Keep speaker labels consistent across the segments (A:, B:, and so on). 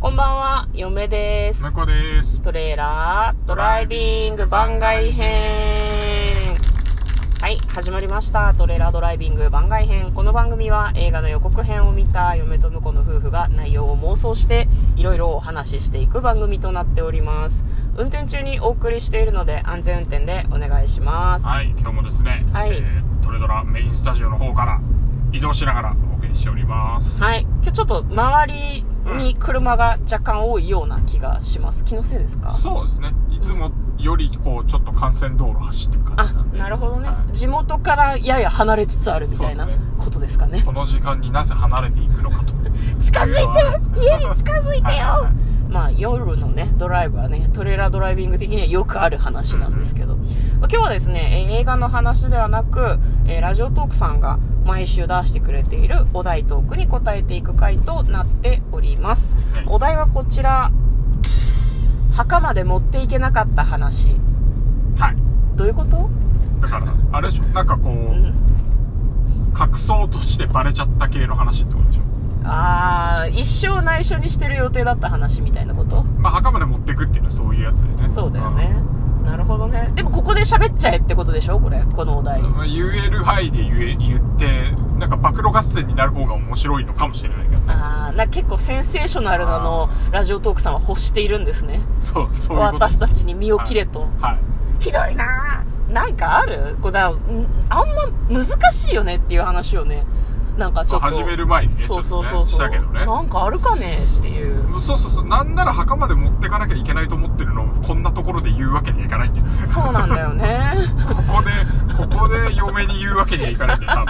A: こんばんは、嫁です。
B: 向こうです。
A: トレーラードライビング番外編。はい、始まりました。トレーラードライビング番外編。この番組は映画の予告編を見た嫁と婿の夫婦が内容を妄想していろいろお話ししていく番組となっております。運転中にお送りしているので安全運転でお願いします。
B: はい、今日もですね、
A: はい
B: ートレドラメインスタジオの方から移動しながらお送りしております。
A: はい。今日ちょっと周りに車が若干多いような気がします。気のせいですか
B: そうですね。いつもよりこうちょっと幹線道路走ってる感
A: あ
B: じなん、で。
A: なるほどね、
B: はい
A: 地元からやや離れつつあるみたいな
B: そうですね
A: ことですかね。
B: この時間になぜ離れていくのかと。
A: 近づいて
B: いや
A: 家に近づいてよ、
B: はいはいはい
A: まあ夜のね、ドライブはね、トレーラードライビング的にはよくある話なんですけど、まあ今日はですね、えー映画の話ではなく、えーラジオトークさんが毎週出してくれているお題トークに答えていく回となっております。
B: はい
A: お題はこちら、墓まで持っていけなかった話。
B: はい。
A: どういうこと、
B: だから、あれでしょ、なんかこう、
A: うん
B: 隠そうとしてバレちゃった系の話ってことでしょ。
A: ああ一生内緒にしてる予定だった話みたいなこと
B: まあ、墓まで持ってくっていうのはそういうやつでね。
A: そうだよね、なるほどねでもここで喋っちゃえってことでしょこれこのお題、
B: うん。まあ、言える範囲で言え、言って、なんか暴露合戦になる方が面白いのかもしれないけど。
A: ああなんか結構センセーショナルなのをラジオトークさんは欲しているんですね
B: そう、そういうことで
A: 私
B: す。
A: たちに身を切れと、
B: はい。
A: ひどいなーなんかあるこうだうんあんま難しいよねっていう話をねなんかち
B: そ
A: ょ
B: う
A: っと
B: 始める前にね、ちょ
A: そうそう
B: っとね
A: そうそう
B: したけどね。
A: なんかあるかねっていう
B: そうそうそう。なんなら墓まで持ってかなきゃいけないと思ってるのを、こんなところで言うわけにはいかないんで。
A: そうなんだよね
B: ここで、ここで嫁に言うわけにはいかないんで、多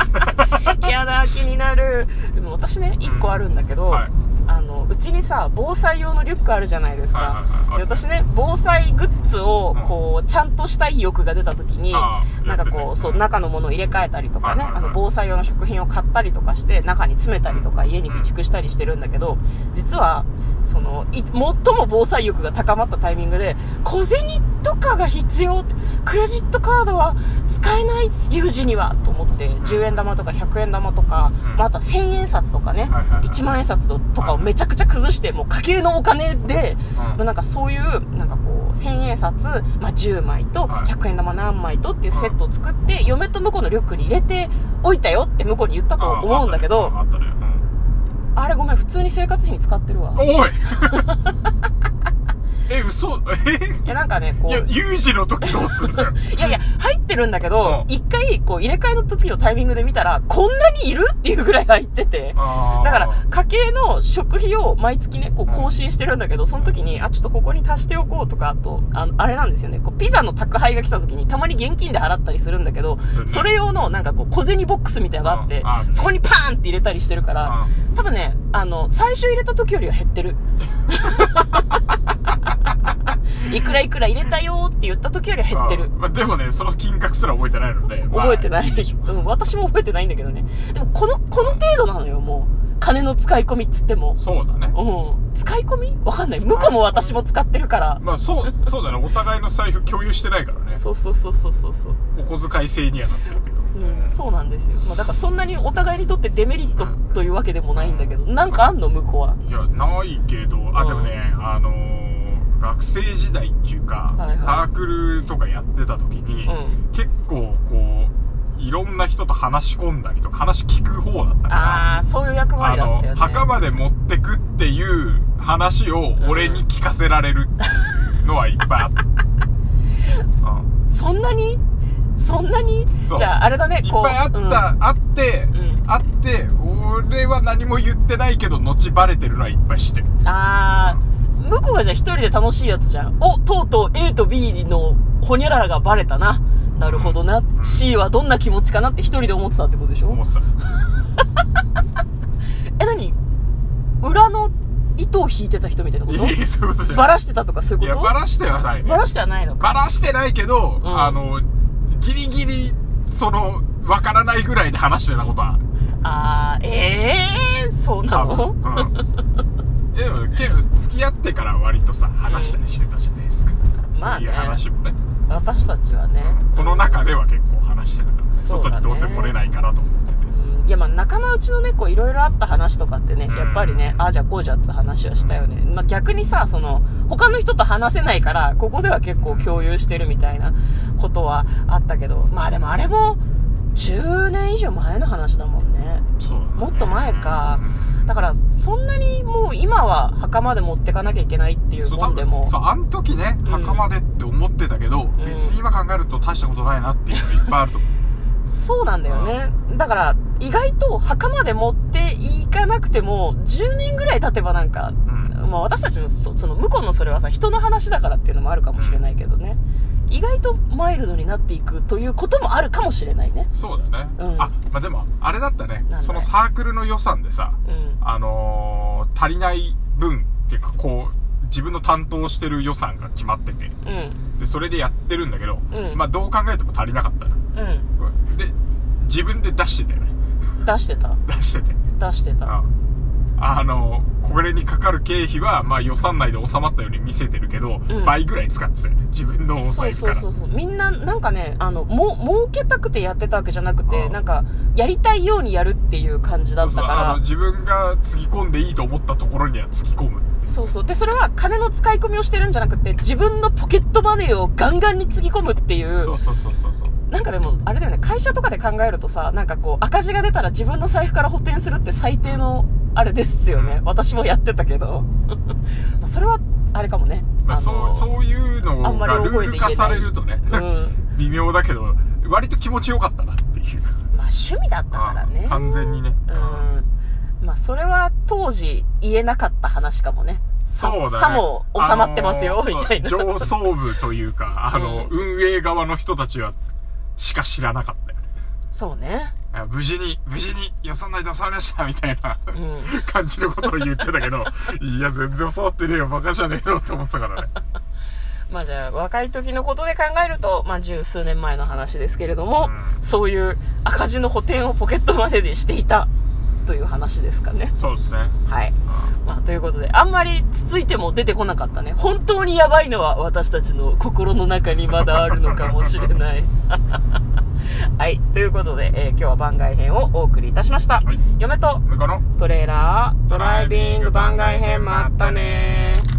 B: 分。
A: やだ気になるでも私ね1個あるんだけど、
B: はい
A: あのうちにさ防災用のリュックあるじゃないですか、
B: はいはいはい
A: で私ね防災グッズを
B: うん
A: こうちゃんとした意欲が出た時に
B: あー
A: なんか
B: やって
A: こ
B: ね
A: うそう
B: うん
A: 中のものを入れ替えたりとかね
B: はいはい
A: あ
B: はい
A: の防災用の食品を買ったりとかして中に詰めたりとか
B: うん
A: 家に備蓄したりしてるんだけど実はそのい最も防災欲が高まったタイミングで小銭とかが必要ってクレジットカードは使えない有事にはと思って10円玉とか100円玉とか、
B: うん
A: まあ、あとは1000円札とかね
B: はいはいはい
A: 1万円札とかをめちゃくちゃ崩してもう家計のお金でまあ、なんかそういうなんかこう千円札、まあ、10枚と
B: はい
A: 100円玉何枚とっていうセットを作って、嫁と向こうのリュックに入れておいたよって向こうに言ったと思うんだけどあ
B: あったね。うん
A: れごめん普通に生活費に使ってるわ
B: おい え、嘘
A: いやなんかね
B: え
A: こ
B: いうや、有事の時どうするんだよ。
A: いやいや入ってるんだけど
B: うん
A: 一回こう入れ替えの時のタイミングで見たらこんなにいるっていうぐらい入ってて
B: あー
A: だから、家計の食費を毎月ね、こう
B: うん
A: 更新してるんだけど、その時に、あ、ちょっとここに足しておこうとか、あと、あのあれなんですよね、こうピザの宅配が来た時に、たまに現金で払ったりするんだけど
B: そう、ね
A: それ用のなんかこう小銭ボックスみたいなのがあって
B: うんある、ね
A: そこにパーンって入れたりしてるから、多分ね、あの、最初入れた時よりは減 ってる。いくらいくら入れたよって言った時よりは減って
B: う
A: る
B: ん。まあでもね、その金額すら覚えてないので。まあ
A: 覚えてない、うん、私も覚えてないんだけどね。でも、この、この程度なのよ、もう。金の使い込みっつっても。
B: そうだね。
A: うん。使い込みわかんない。向こうも私も使ってるから。
B: まあ、そう、そうだね。お互いの財布共有してないからね。
A: そうそうそうそうそうそう。
B: お小遣い制にはなってるけど。
A: うん、そうなんですよ。まあ、だからそんなにお互いにとってデメリットというわけでもないんだけど、なんかあんの向こうは。
B: いや、ないけど、あ、
A: うん
B: でもね、あのー学生時代っていうか、
A: はいはい
B: サークルとかやってた時に、
A: うん
B: 結構こう、いろんな人と話し込んだりとか、話聞く方だったから、
A: ああ、そういう役割だったよね。
B: 墓まで持ってくっていう話を俺に聞かせられるっていうのはいっぱい あった。うん
A: そんなにそんなに
B: そう
A: じゃあ、あれだね、
B: いっ
A: こう。
B: ぱいあった、あって、
A: うん
B: あって、俺は何も言ってないけど、後バレてるのはいっぱいしてる。
A: うんああ、向こうがじゃあ一人で楽しいやつじゃん。お、とうとう A と B のほにゃららがバレたな。なるほどな。C はどんな気持ちかなって一人で思ってたってことでしょ
B: 思ってた。
A: え、何裏の糸を引いてた人みたいなこ
B: いやい
A: と
B: や、そういうことじゃない
A: バ。ラしてたとかそう
B: い
A: いう
B: や、
A: こと
B: バラしてはないね
A: バ。ラしてはないのか。
B: バラしてないけど、
A: うん
B: あの、ギリギリ、その、わからないぐらいで話してたことはある。
A: あー、ええー、そうなの
B: うん。でも、けど付き合ってから割とさ、話したりしてたじゃないですか。
A: まあね
B: そういう話もね。
A: 私たちはね。
B: この中では結構話してたから、
A: そうだ
B: 外
A: ね
B: にどうせ漏れないからと思ってて。
A: うんいやまあ仲間内の猫いろいろあった話とかってね、
B: うん
A: やっぱりね、ああじゃあこうじゃって話はしたよね。まあ逆にさ、その、他の人と話せないから、ここでは結構共有してるみたいなことはあったけど、まあでもあれも、10年以上前の話だもんね。
B: そうだね
A: もっと前かだから、そんなにもう今は墓まで持ってかなきゃいけないっていう
B: そう
A: も
B: 多
A: んで
B: 分
A: も
B: そ、うあの時ね
A: うん
B: 墓までって思ってたけど、
A: ん
B: 別に今考えると大したことないなっていうのがいっぱいあると思う
A: そうなんだよね。だから、意外と墓まで持っていかなくても、10年ぐらい経てばなんか、
B: うん
A: まあ私たちの、そその、向こうのそれはさ、人の話だからっていうのもあるかもしれないけどね。意外とマイルドになっていくということもあるかもしれないね。
B: そうだね、
A: うん
B: あまあでもあれだったね
A: なんだい
B: そのサークルの予算でさ
A: うん。
B: あのー足りない分っていうかこう自分の担当してる予算が決まってて
A: うん。
B: でそれでやってるんだけど、
A: うん
B: まあどう考えても足りなかったな
A: う
B: で自分で出してたよね
A: ん。出してた。
B: 出してて
A: 出してた。
B: ああのこれにかかる経費は、まあ、予算内で収まったように見せてるけど、
A: うん
B: 倍ぐらい使ってたよね自分の
A: そ
B: 抑え
A: う
B: る
A: そ
B: か
A: う
B: ら
A: そうそう。みんな、なんかね、あの、も、儲けたくてやってたわけじゃなくて、
B: うん
A: なんか、やりたいようにやるっていう感じだった
B: そう
A: か
B: そうあの
A: ら。
B: 自分がつぎ込んでいいと思ったところにはつぎ込む
A: そうそう。で、それは金の使い込みをしてるんじゃなくて、自分のポケットマネーをガンガンにつぎ込むっていう。
B: そうそうそうそうそう
A: なんかでも、あれだよね、会社とかで考えるとさ、なんかこう、赤字が出たら自分の財布から補填するって最低の、あれですよね。私もやってたけど。 まあそれは、あれかもね。
B: まあ、そう
A: の
B: そういうの
A: あんまり
B: がル
A: 覚えて
B: ール
A: いけな
B: 化
A: い
B: されるとね、
A: うん。
B: 微妙だけど割と気持ちよかったなっていう
A: まあ、趣味だったからね
B: あ。完全にね、
A: うん。まあ、それは当時言えなかった話かもね。さ
B: そうだね
A: さも収まってますよ、
B: あのー
A: みたいな。
B: そう上層部という かあの、運営側の人たちはしか知らなかったよね
A: そうね。
B: あ無事に、無事に予算内で収まりましたみたいな、
A: ん
B: 感じのことを言ってた けど、いや、全然収まってねえよ、バカじゃねえよって思ってたからね。
A: まあじゃあ若い時のことで考えると、まあ十数年前の話ですけれども、
B: う
A: そういう赤字の補填をポケットまででしていたという話ですかね。
B: そうですね。
A: はい。まあということで、あんまりつついても出てこなかったね。本当にやばいのは私たちの心の中にまだあるのかもしれない。 はい。ということで、えー今日は番外編をお送りいたしました。
B: はい
A: 嫁と
B: これかな
A: トレーラードライビング番外編もあったねー。